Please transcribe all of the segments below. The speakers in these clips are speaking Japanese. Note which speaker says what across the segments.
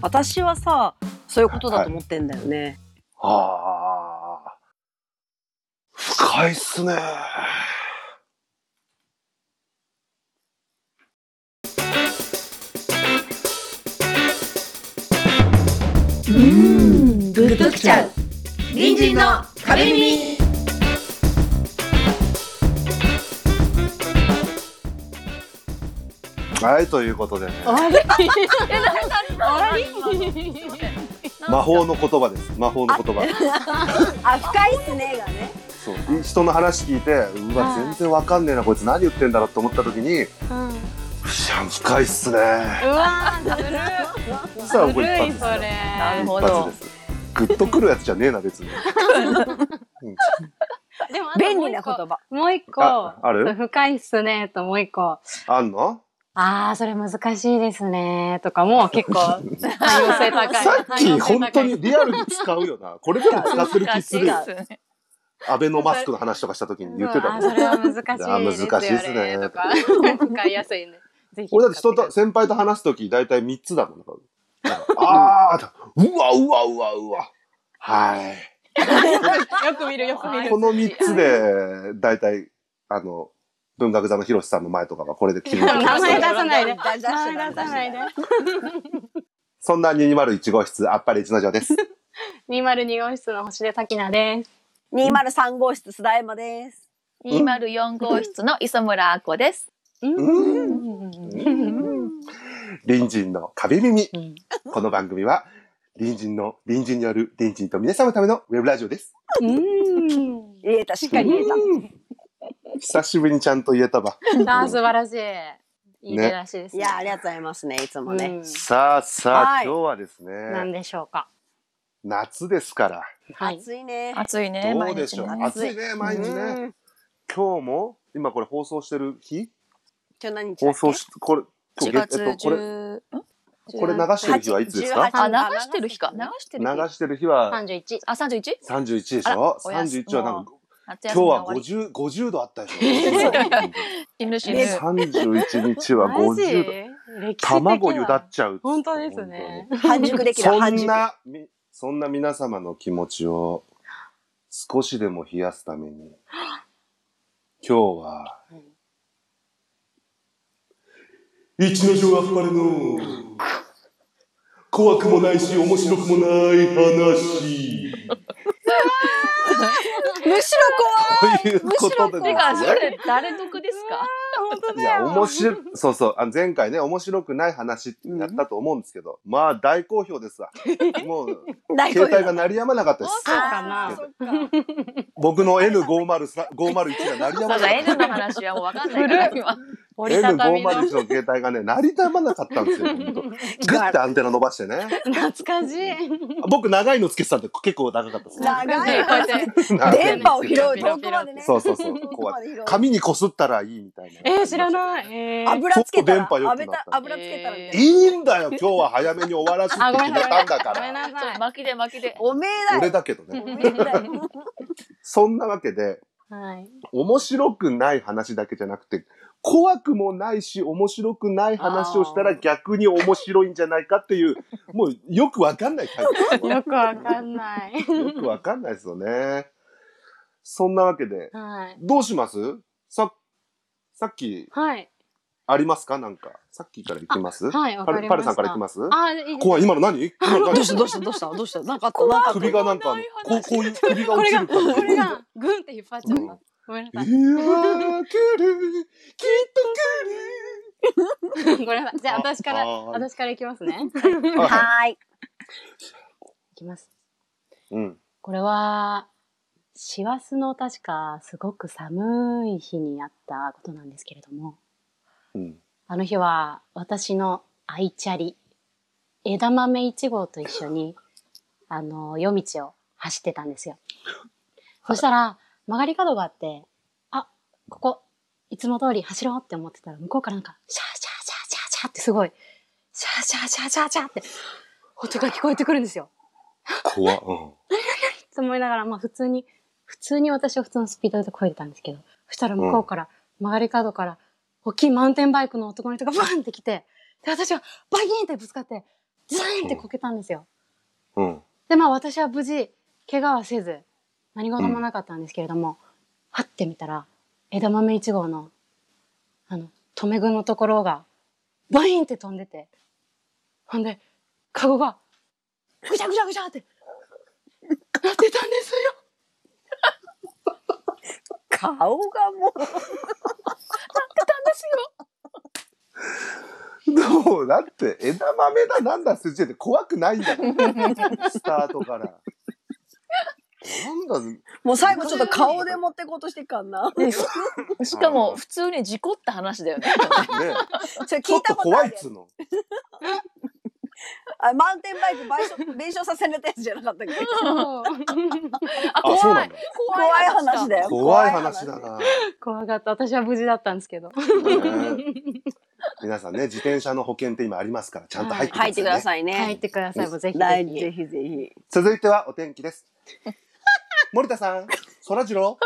Speaker 1: 私はさ、そういうことだと思ってんだよね。
Speaker 2: ああ。深いっすね。
Speaker 3: うん、グッときちゃう。
Speaker 4: 隣人の壁耳
Speaker 2: はい、ということでね。
Speaker 1: れ
Speaker 3: あ
Speaker 2: 魔法の言葉です。魔法の言葉。
Speaker 1: あ、深いっすねがね。
Speaker 2: そう。人の話聞いて、うわ、全然わかんねえな、こいつ何言ってんだろうと思った時に、いや、深いっすね。
Speaker 5: うわー、
Speaker 2: そしたら
Speaker 5: ず
Speaker 2: 僕一
Speaker 5: る
Speaker 2: 発
Speaker 5: い、
Speaker 2: です
Speaker 5: そ
Speaker 2: よ。
Speaker 5: れ。
Speaker 3: なるほ
Speaker 2: 一発
Speaker 3: ど
Speaker 2: で。す。グッとくるやつじゃねえな、別に。うん
Speaker 5: でもあと
Speaker 1: 便利な言
Speaker 5: もう一
Speaker 1: 葉。
Speaker 5: 個。もう一個。
Speaker 2: あある
Speaker 5: 深いっすね、ともう一個。
Speaker 2: あんの
Speaker 5: あー、それ難しいですね、とかも結構、汎用性高い。
Speaker 2: さっ
Speaker 5: 汎
Speaker 2: き
Speaker 5: 用性
Speaker 2: 本
Speaker 5: 高い
Speaker 2: 当にリアルに使うよ な。これでも使ってる気するよ。アベノマスクの話とかした時に言ってたも
Speaker 5: あ、
Speaker 2: ん。
Speaker 5: それは難しいですよ、ね。
Speaker 2: あ難しいっすね
Speaker 5: と か、使いやすいね。ぜひ
Speaker 2: 俺だって人と、先輩と話す時大体3つだもん。ああ、うわうわうわうわ。はい。
Speaker 5: よく見る、よく見る。
Speaker 2: この3つで、大体、あの、文学座の広瀬さんの前とかがこれで決めてる
Speaker 5: 名前出さないで。
Speaker 1: 出し
Speaker 5: 名
Speaker 1: てない
Speaker 5: 前出さないで。
Speaker 2: そんな201号室、あっぱれ一の城です。
Speaker 5: 202号室の星出滝菜です。
Speaker 1: 二マル三号室須田山です。
Speaker 3: 二丸四号室の磯村あこです。
Speaker 2: 隣人の壁耳。
Speaker 5: ん
Speaker 2: この番組は、隣人の隣人による隣人と皆様のためのウェブラジオです。
Speaker 5: うん。
Speaker 1: 言えた、しっかり言えた。
Speaker 2: 久しぶりにちゃんと言えたば。
Speaker 5: あー、素晴らしい。いい出だしです
Speaker 1: い
Speaker 5: ね。
Speaker 1: や、ありがとうございますね、いつもね。
Speaker 2: さあさ
Speaker 1: は
Speaker 2: あ、
Speaker 1: い
Speaker 2: 今日はです
Speaker 5: うん。なん
Speaker 2: ね、
Speaker 5: でしょうか。
Speaker 2: 夏ですから。
Speaker 5: はい。
Speaker 1: 暑いね。
Speaker 3: 暑いね。
Speaker 2: どうでしょう
Speaker 3: 毎日。ね
Speaker 2: 暑いね、毎日ね。
Speaker 1: うん。
Speaker 2: 今日も、今これ放送してる日
Speaker 1: 今日何日だ
Speaker 2: 放
Speaker 1: っけ
Speaker 2: 送し、これ、今
Speaker 3: 4
Speaker 2: 日
Speaker 3: 月
Speaker 2: えっとこれ、
Speaker 3: 10。
Speaker 2: これ流してる日はいつですか
Speaker 1: 18
Speaker 3: あ、流してる日か。流して
Speaker 2: 流
Speaker 3: る日。
Speaker 2: してる日は
Speaker 5: 三十一。
Speaker 3: あ、31?
Speaker 2: 31でし
Speaker 3: あら
Speaker 2: ょ
Speaker 3: おやす
Speaker 2: ?31 はなんか、今
Speaker 3: 夏
Speaker 2: 日
Speaker 3: 休み
Speaker 2: は
Speaker 3: の終わり。
Speaker 2: 50、50度あったでしょ
Speaker 3: 死ぬ死ぬ。
Speaker 2: 31日は
Speaker 5: マジ
Speaker 2: 50度。
Speaker 5: 歴史的な
Speaker 2: 卵ゆだっちゃう。
Speaker 5: 本当ですね。
Speaker 1: 半熟できる
Speaker 2: そ
Speaker 1: 半
Speaker 2: ん
Speaker 1: 熟。
Speaker 2: な、みそんな皆様の気持ちを少しでも冷やすために、今日は、一の城あっぱれの、怖くもないし面白くもない話。
Speaker 1: むし
Speaker 2: ということで
Speaker 3: て
Speaker 2: で
Speaker 3: か、そ
Speaker 2: すね。
Speaker 3: れ誰得ですか
Speaker 2: いや、面白い、そうそう、あの前回ね、面白くない話ってやったと思うんですけど、まあ大好評ですわ。もう、
Speaker 1: ろ大
Speaker 2: 携
Speaker 1: 根
Speaker 2: 帯が鳴りやまなかったです。
Speaker 5: そうかな。
Speaker 2: 僕の N503、501が鳴り
Speaker 3: そ
Speaker 2: や
Speaker 3: う
Speaker 2: まな
Speaker 3: だ、
Speaker 2: かっ
Speaker 3: N の話はもうわかんないから、今。
Speaker 2: た。
Speaker 5: 折りたたみの
Speaker 2: N501 の携帯がね、鳴りやまなかったんですよ。ほんとグッてアンテナ伸ばしてね。
Speaker 5: 懐かしい。
Speaker 2: 僕長いのつけてたんで結構長かったですね
Speaker 1: 長い
Speaker 5: こうやって。
Speaker 2: 長い
Speaker 1: 電波を拾う遠くまでね。
Speaker 2: そうそうそう。こうやって 紙にこすったらいいみたいな。
Speaker 5: えー、知らない。えー、
Speaker 1: 油つけた
Speaker 2: ちょ
Speaker 1: ら
Speaker 2: っと電波良くなった
Speaker 1: 油つけたらみたい
Speaker 2: いいんだよ、今日は早めに終わらすって決めたんだか
Speaker 5: ごめん
Speaker 2: ら。
Speaker 5: なさい。
Speaker 3: 巻きで巻きで。
Speaker 1: なおめえだ
Speaker 2: 俺
Speaker 1: よ
Speaker 2: だけど
Speaker 1: お
Speaker 2: ね。
Speaker 1: めえだよ
Speaker 2: そんなわけで、
Speaker 5: はい。
Speaker 2: 面白くない話だけじゃなくて、怖くもないし、面白くない話をしたら逆に面白いんじゃないかっていう、もうよくわかんない回ですよ。
Speaker 5: よくわかんない。
Speaker 2: よくわかんないですよね。そんなわけで、
Speaker 5: はい。
Speaker 2: どうしますさ、さっき
Speaker 5: はい。
Speaker 2: ありますかなんか。さっきからいきます
Speaker 5: はい、わ
Speaker 2: パ
Speaker 5: かりま
Speaker 2: ル
Speaker 5: し
Speaker 2: パルさん
Speaker 5: た。
Speaker 2: からいきます
Speaker 5: あ、いいです
Speaker 2: 怖い、今の何今の 何
Speaker 1: どうしたどうしたどうしたどうしたなんかあったなんかあった
Speaker 2: 首がなんか、こう、こういう首が
Speaker 5: こ
Speaker 2: 落
Speaker 5: れ
Speaker 2: ち
Speaker 5: が、
Speaker 2: る
Speaker 5: こ
Speaker 2: 感じ。
Speaker 5: れが、グンって引っ張っちゃった。ごめん
Speaker 2: う
Speaker 5: な
Speaker 2: わー、
Speaker 5: さい。
Speaker 2: 来る、きっと
Speaker 5: ごめんなさい。じゃあ、
Speaker 2: あ
Speaker 5: 私から、
Speaker 2: あはい
Speaker 5: 私からいきますね。
Speaker 2: 来る。はい
Speaker 1: はーい
Speaker 5: いきます。
Speaker 2: うん。
Speaker 5: これは、師走の確か、すごく寒い日にあったことなんですけれども、
Speaker 2: うん。
Speaker 5: あの日は、私の愛チャリ、枝豆1号と一緒に、あの、夜道を走ってたんですよ。そしたら、曲がり角があって、あ、ここ、いつも通り走ろうって思ってたら、向こうからなんか、シャーシャーシャーシャーシャーってすごい、シャーシャーシャーシャーシャーって、音が聞こえてくるんですよ。
Speaker 2: 怖うん。
Speaker 5: と思いながら、まあ普通に、普通に私は普通のスピードで超えてたんですけど、そしたら向こうから、曲がり角から、大きいマウンテンバイクの男の人がバンって来て、で、私はバキーンってぶつかって、ズーンってこけたんですよ。
Speaker 2: うん。
Speaker 5: で、まあ私は無事、怪我はせず、何事もなかったんですけれども、はってみたら、枝豆1号の、あの、留め具のところが、バインって飛んでて、ほんで、カゴが、ぐちゃぐちゃぐちゃって、なってたんですよ。
Speaker 1: 顔がもう
Speaker 2: どうだって、枝豆だなんだする時点で怖くないんだもんスタートから。なんだ、
Speaker 1: もう最後ちょっと顔で持ってこうとしてっかんな。
Speaker 3: しかも普通に事故った話だ よね。
Speaker 2: ね、
Speaker 1: ちょ
Speaker 2: ち
Speaker 1: 聞
Speaker 2: ょっ
Speaker 1: い
Speaker 2: と
Speaker 1: たことあ
Speaker 2: 怖い
Speaker 1: る
Speaker 2: っ。つうの。
Speaker 1: あマウンテンバイク賠償弁償させられたやつじゃなかったっけ
Speaker 3: あ
Speaker 2: あ、そうなんだ。
Speaker 1: 怖い話だよ。
Speaker 2: 怖い話だな。
Speaker 5: 怖かった。私は無事だったんですけど。
Speaker 2: ね皆さんね、自転車の保険って今ありますから、ちゃんと入ってくださ
Speaker 1: 入
Speaker 2: い、
Speaker 1: っ
Speaker 2: ね
Speaker 1: てくださいね。
Speaker 5: 入ってください。もうぜひぜ
Speaker 1: はい、
Speaker 5: ひ。
Speaker 1: ぜひぜひ。
Speaker 2: 続いてはお天気 です。森田さん、そらジロ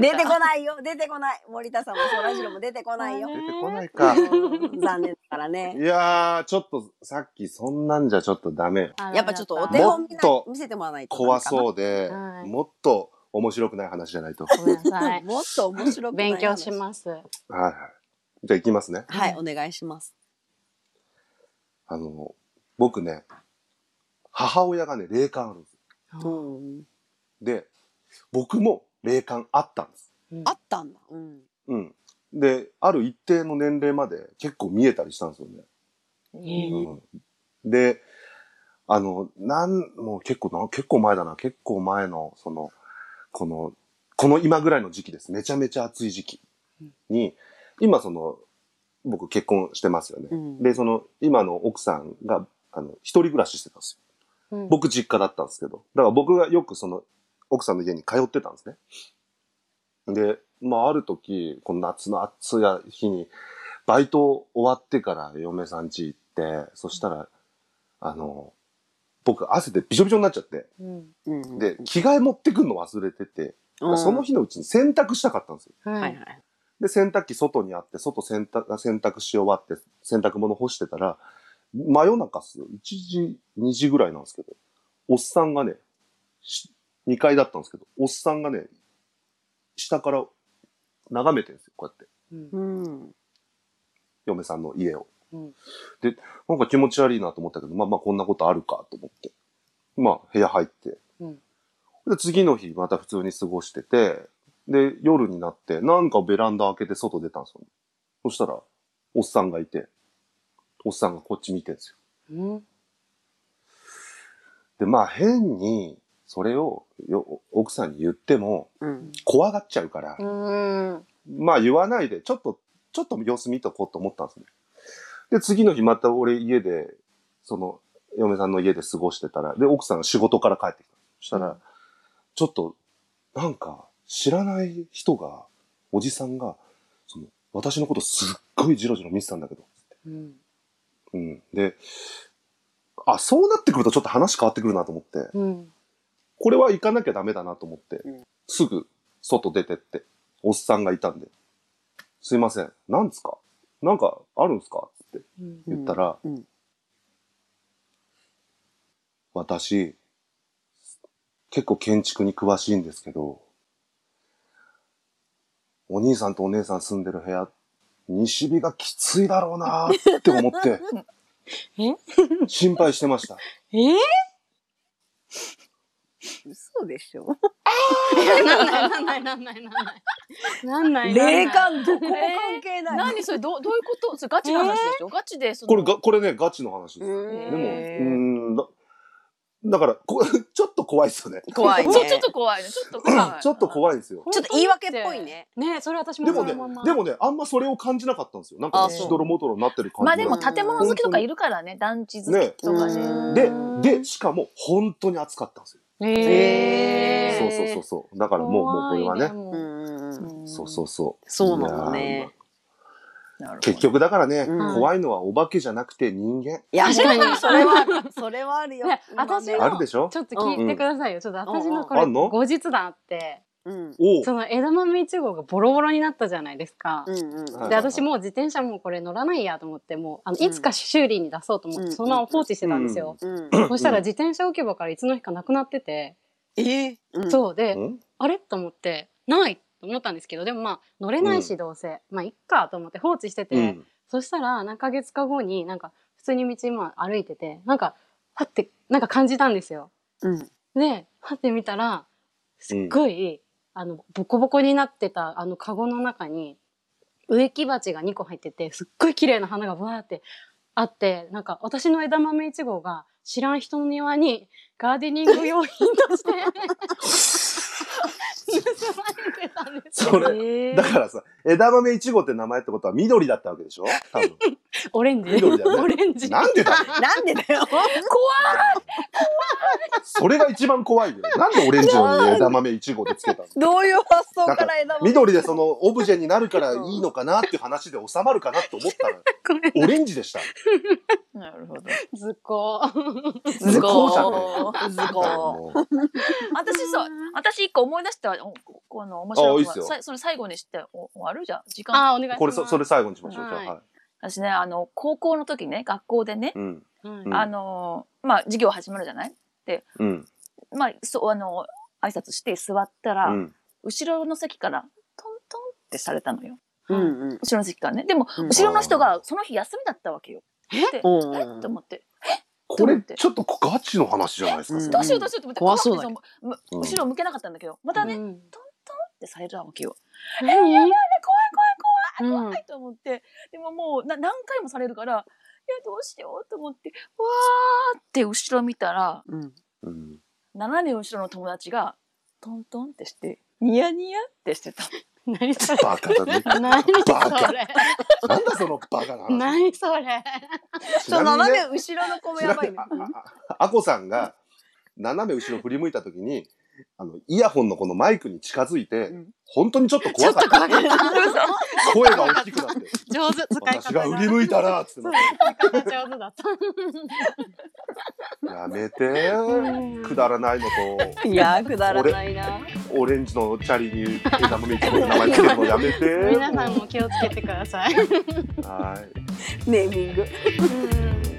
Speaker 1: 出てこないよ、出てこない。森田さんもそらジローも出てこないよ
Speaker 5: あ。
Speaker 2: 出てこ ないか。
Speaker 1: 残念だからね
Speaker 2: い。やー、ちょっとさっきそんなんじゃちょっとダメよ。
Speaker 5: あら
Speaker 1: やっぱちょっとお手
Speaker 2: も
Speaker 1: 本見ない
Speaker 2: もっと
Speaker 1: 見せてもらわないと。
Speaker 2: 怖そうで、
Speaker 5: はい
Speaker 2: もっと面白くない話じゃないと。は
Speaker 5: ごめんなさい。
Speaker 1: もっと面白くない
Speaker 5: 勉
Speaker 1: 話
Speaker 5: 強します。
Speaker 2: いはい。じゃあ行きますね。
Speaker 1: はい、お願いします。
Speaker 2: あの、僕ね、母親がね、霊感あるんです。
Speaker 1: うん、
Speaker 2: で、僕も霊感あったんです。
Speaker 1: あったんだ。うん。
Speaker 2: うん。で、ある一定の年齢まで結構見えたりしたんですよね。うんで、あの、なん、もう結構な、結構前だな、結構前の、その、この、この今ぐらいの時期です。めちゃめちゃ暑い時期に、今その、僕結婚してますよね。
Speaker 1: うん
Speaker 2: で、その、今の奥さんが、あの、一人暮らししてたんですよ。
Speaker 5: うん
Speaker 2: 僕実家だったんですけど、だから僕がよくその奥さんの家に通ってたんですね。で、まあある時、この夏の暑い日に、バイト終わってから嫁さん家行って、そしたら、あの、僕汗でびしょびしょになっちゃって、
Speaker 5: うん
Speaker 1: うん、
Speaker 2: で、着替え持ってくるの忘れてて、
Speaker 1: うん
Speaker 2: その日のうちに洗濯したかったんですよ。
Speaker 5: は
Speaker 1: はい
Speaker 5: い。
Speaker 1: はい。
Speaker 2: で、洗濯機外にあって、外洗濯、洗濯し終わって、洗濯物干してたら、真夜中っすよ。1時、2時ぐらいなんですけど、おっさんがね、し2階だったんですけど、おっさんがね、下から眺めてるんですよ、こうやって。
Speaker 5: うん
Speaker 1: うん。
Speaker 2: 嫁さんの家を。
Speaker 5: うん
Speaker 2: で、なんか気持ち悪いなと思ったけど、まあまあこんなことあるかと思って。まあ部屋入って。
Speaker 5: うん
Speaker 2: で、次の日また普通に過ごしてて、で、夜になって、なんかベランダ開けて外出たんですよ。そしたら、おっさんがいて、おっさんがこっち見てるんですよ。
Speaker 5: うん
Speaker 2: で、まあ変に、それをよ奥さんに言っても
Speaker 1: うん。
Speaker 2: 怖がっちゃうから、
Speaker 5: うん。
Speaker 2: まあ言わないで、ちょっと、ちょっと様子見とこうと思ったんですね。で、次の日また俺家で、その、嫁さんの家で過ごしてたら、で、奥さんが仕事から帰ってきた。そしたら、
Speaker 5: うん
Speaker 2: ちょっと、なんか、知らない人が、おじさんが、その、私のことすっごいじろじろ見てたんだけど、
Speaker 5: うん。
Speaker 2: うん。で、あ、そうなってくるとちょっと話変わってくるなと思って、
Speaker 5: うん。
Speaker 2: これは行かなきゃダメだなと思って、
Speaker 1: うん
Speaker 2: すぐ外出てって、おっさんがいたんで、すいません、なんですかなんかあるんですかって
Speaker 5: うん
Speaker 2: 言ったら、
Speaker 1: うんうん
Speaker 2: 私、結構建築に詳しいんですけど、お兄さんとお姉さん住んでる部屋、西日がきついだろうなーって思って、
Speaker 5: え
Speaker 2: 心配してました。
Speaker 5: え
Speaker 1: 嘘でしょ。
Speaker 5: なんないなんないなんない。なんない。
Speaker 1: 霊感どこも関
Speaker 3: 関
Speaker 1: 係ない。
Speaker 3: 何それどうどういうことそれガチの話でしょ。ガチでその
Speaker 2: これが、これね、ガチの話です。
Speaker 1: うん
Speaker 2: でも、う
Speaker 3: へー
Speaker 2: ーん、だ だからこ、 ちょっと怖いですよね。
Speaker 1: 怖いね。
Speaker 3: そうちょっと怖いね。ちょっと 怖い。
Speaker 2: ちょっと怖いんですよ。
Speaker 1: ちょっと言い訳っぽいね。
Speaker 5: ねそれ私も
Speaker 2: でもね
Speaker 5: そのまんま、
Speaker 2: でもね、あんまそれを感じなかったんですよ。なんか、
Speaker 3: あ
Speaker 2: ね、
Speaker 3: そう
Speaker 2: しどろもどろになってる感じ
Speaker 3: ま
Speaker 2: が
Speaker 3: あでも建物好きとかいるからね。団地好きとかね。
Speaker 2: で、で、しかも、本当に暑かったんですよ。
Speaker 5: え
Speaker 1: へ
Speaker 2: そ
Speaker 1: ー
Speaker 2: うそうそうそう。だからもう、もうこれはね。
Speaker 5: ね。
Speaker 1: ん
Speaker 2: そうそうそう。
Speaker 1: そうなのね。
Speaker 3: なるほど
Speaker 2: 結局だからね、
Speaker 1: うん
Speaker 2: 怖いのはお化けじゃなくて人間。
Speaker 1: いや、
Speaker 5: 確かに
Speaker 1: それはある、それはあるよ
Speaker 5: ね。私
Speaker 1: 今ね
Speaker 5: は
Speaker 2: あるでしょ
Speaker 5: ちょっと聞いてくださいよ。ちょっと私のこれ
Speaker 2: あんの
Speaker 5: 後日談あって、
Speaker 1: うん。
Speaker 2: おう
Speaker 5: その枝豆1号がボロボロになったじゃないですか。
Speaker 1: うんうん。
Speaker 2: はい
Speaker 5: で私もう自転車もうこれ乗らないやと思ってもうあのいつか修理に出そうと思っ
Speaker 1: うん
Speaker 5: てそのまま放置してたんですよ、
Speaker 1: うん。
Speaker 5: そしたら自転車置き場からいつの日かなくなってて、
Speaker 1: え うん。
Speaker 5: そうで、
Speaker 2: うん
Speaker 5: あれと思ってないと思ったんですけどでもまあ乗れないしどうせ、まあいっかと思って放置してて、
Speaker 2: うん
Speaker 5: そしたら何ヶ月か後になんか普通に道今歩いててなんかパッてなんか感じたんですよ
Speaker 1: うん。
Speaker 5: でパッて見たらすっごい、あのボコボコになってたあのカゴの中に植木鉢が2個入っててすっごい綺麗な花がわーってあってなんか私の枝豆1号が知らん人の庭にガーデニング用品として盗ま れてたんです
Speaker 2: それ、
Speaker 1: え
Speaker 2: だからさ、枝豆いちごって名前ってことは緑だったわけでしょ多分。
Speaker 5: オレンジ、
Speaker 2: 緑だよね
Speaker 5: オレンジ
Speaker 2: なんでだよ
Speaker 1: なんでだよ。
Speaker 2: それが一番怖いよ。なんでオレンジ色に枝豆いちごでつけたの
Speaker 1: どういう発想から枝豆。
Speaker 2: 緑でそのオブジェになるからいいのかなっていう話で収まるかなって思ったら、
Speaker 5: ごめ ん
Speaker 2: オレンジでした。
Speaker 3: なるほど。
Speaker 5: ずっこ
Speaker 2: 図工じゃ
Speaker 3: い。図工。
Speaker 2: もう
Speaker 3: 私さ、私一個思い出した、おこの面白いの
Speaker 2: あいいっ
Speaker 3: が、
Speaker 2: すよ
Speaker 3: さその最後にしてお終わるじゃん。時間。
Speaker 5: あお願いします
Speaker 2: これそ、それ最後にしましょう。じゃ
Speaker 5: はい
Speaker 2: あ、はい。
Speaker 3: 私ね、あの、高校の時ね、学校でね、
Speaker 2: うん。
Speaker 5: はい
Speaker 2: うん
Speaker 3: あの、まあ、授業始まるじゃない
Speaker 2: うん。
Speaker 3: まあ、そう、あの、挨拶して座ったら、
Speaker 2: うん。
Speaker 3: 後ろの席から、トントンってされたのよ。
Speaker 1: うんうん。
Speaker 3: 後ろの席からね。でも、
Speaker 1: うん
Speaker 3: 後ろの人がその日休みだったわけよ。で、
Speaker 1: う
Speaker 3: え
Speaker 1: ん
Speaker 3: っと思って、
Speaker 2: これ、ちょっとガチの話じゃないですか、それ
Speaker 3: どうしようどうしようと思って、
Speaker 1: 怖そうだ
Speaker 3: 怖
Speaker 1: よ
Speaker 3: くてそのむ後ろ向けなかったんだけど、またね、っ
Speaker 5: うん
Speaker 3: てされたわけよ。
Speaker 5: えー
Speaker 3: 怖い怖い怖い怖い怖い、
Speaker 5: うん
Speaker 3: と思って、でももうな何回もされるから、いや、どうしようと思って、わーって後ろ見たら、
Speaker 1: うん。
Speaker 2: うん
Speaker 3: 斜め後ろの友達が、トントンってして、ニヤニヤってしてた。
Speaker 5: 何それ
Speaker 2: バカだね。
Speaker 5: 何
Speaker 2: バ
Speaker 5: そ
Speaker 2: カ
Speaker 5: れ
Speaker 2: なんだそのバカな話。
Speaker 5: 何それ
Speaker 2: ち
Speaker 1: そ
Speaker 2: な
Speaker 1: う
Speaker 2: みにね
Speaker 1: 斜め後ろの子もやばいね。
Speaker 2: あああこさんが斜め後ろ振り向いた時にあのイヤホンのこのマイクに近づいて、
Speaker 1: うん
Speaker 2: 本当にちょっと怖かった 声が大きくなって
Speaker 5: 上手使い
Speaker 2: 私
Speaker 5: 方
Speaker 2: が振り向いたらっつって
Speaker 5: そう
Speaker 2: なっ
Speaker 5: 使い方上手だった
Speaker 2: てやめて くだらないのと
Speaker 1: いやーくだらないな。
Speaker 2: オレンジのチャリに枝豆一個の名前つけるのやめて
Speaker 5: 皆さんも気をつけてください
Speaker 2: はい
Speaker 1: ネーミング。
Speaker 5: うん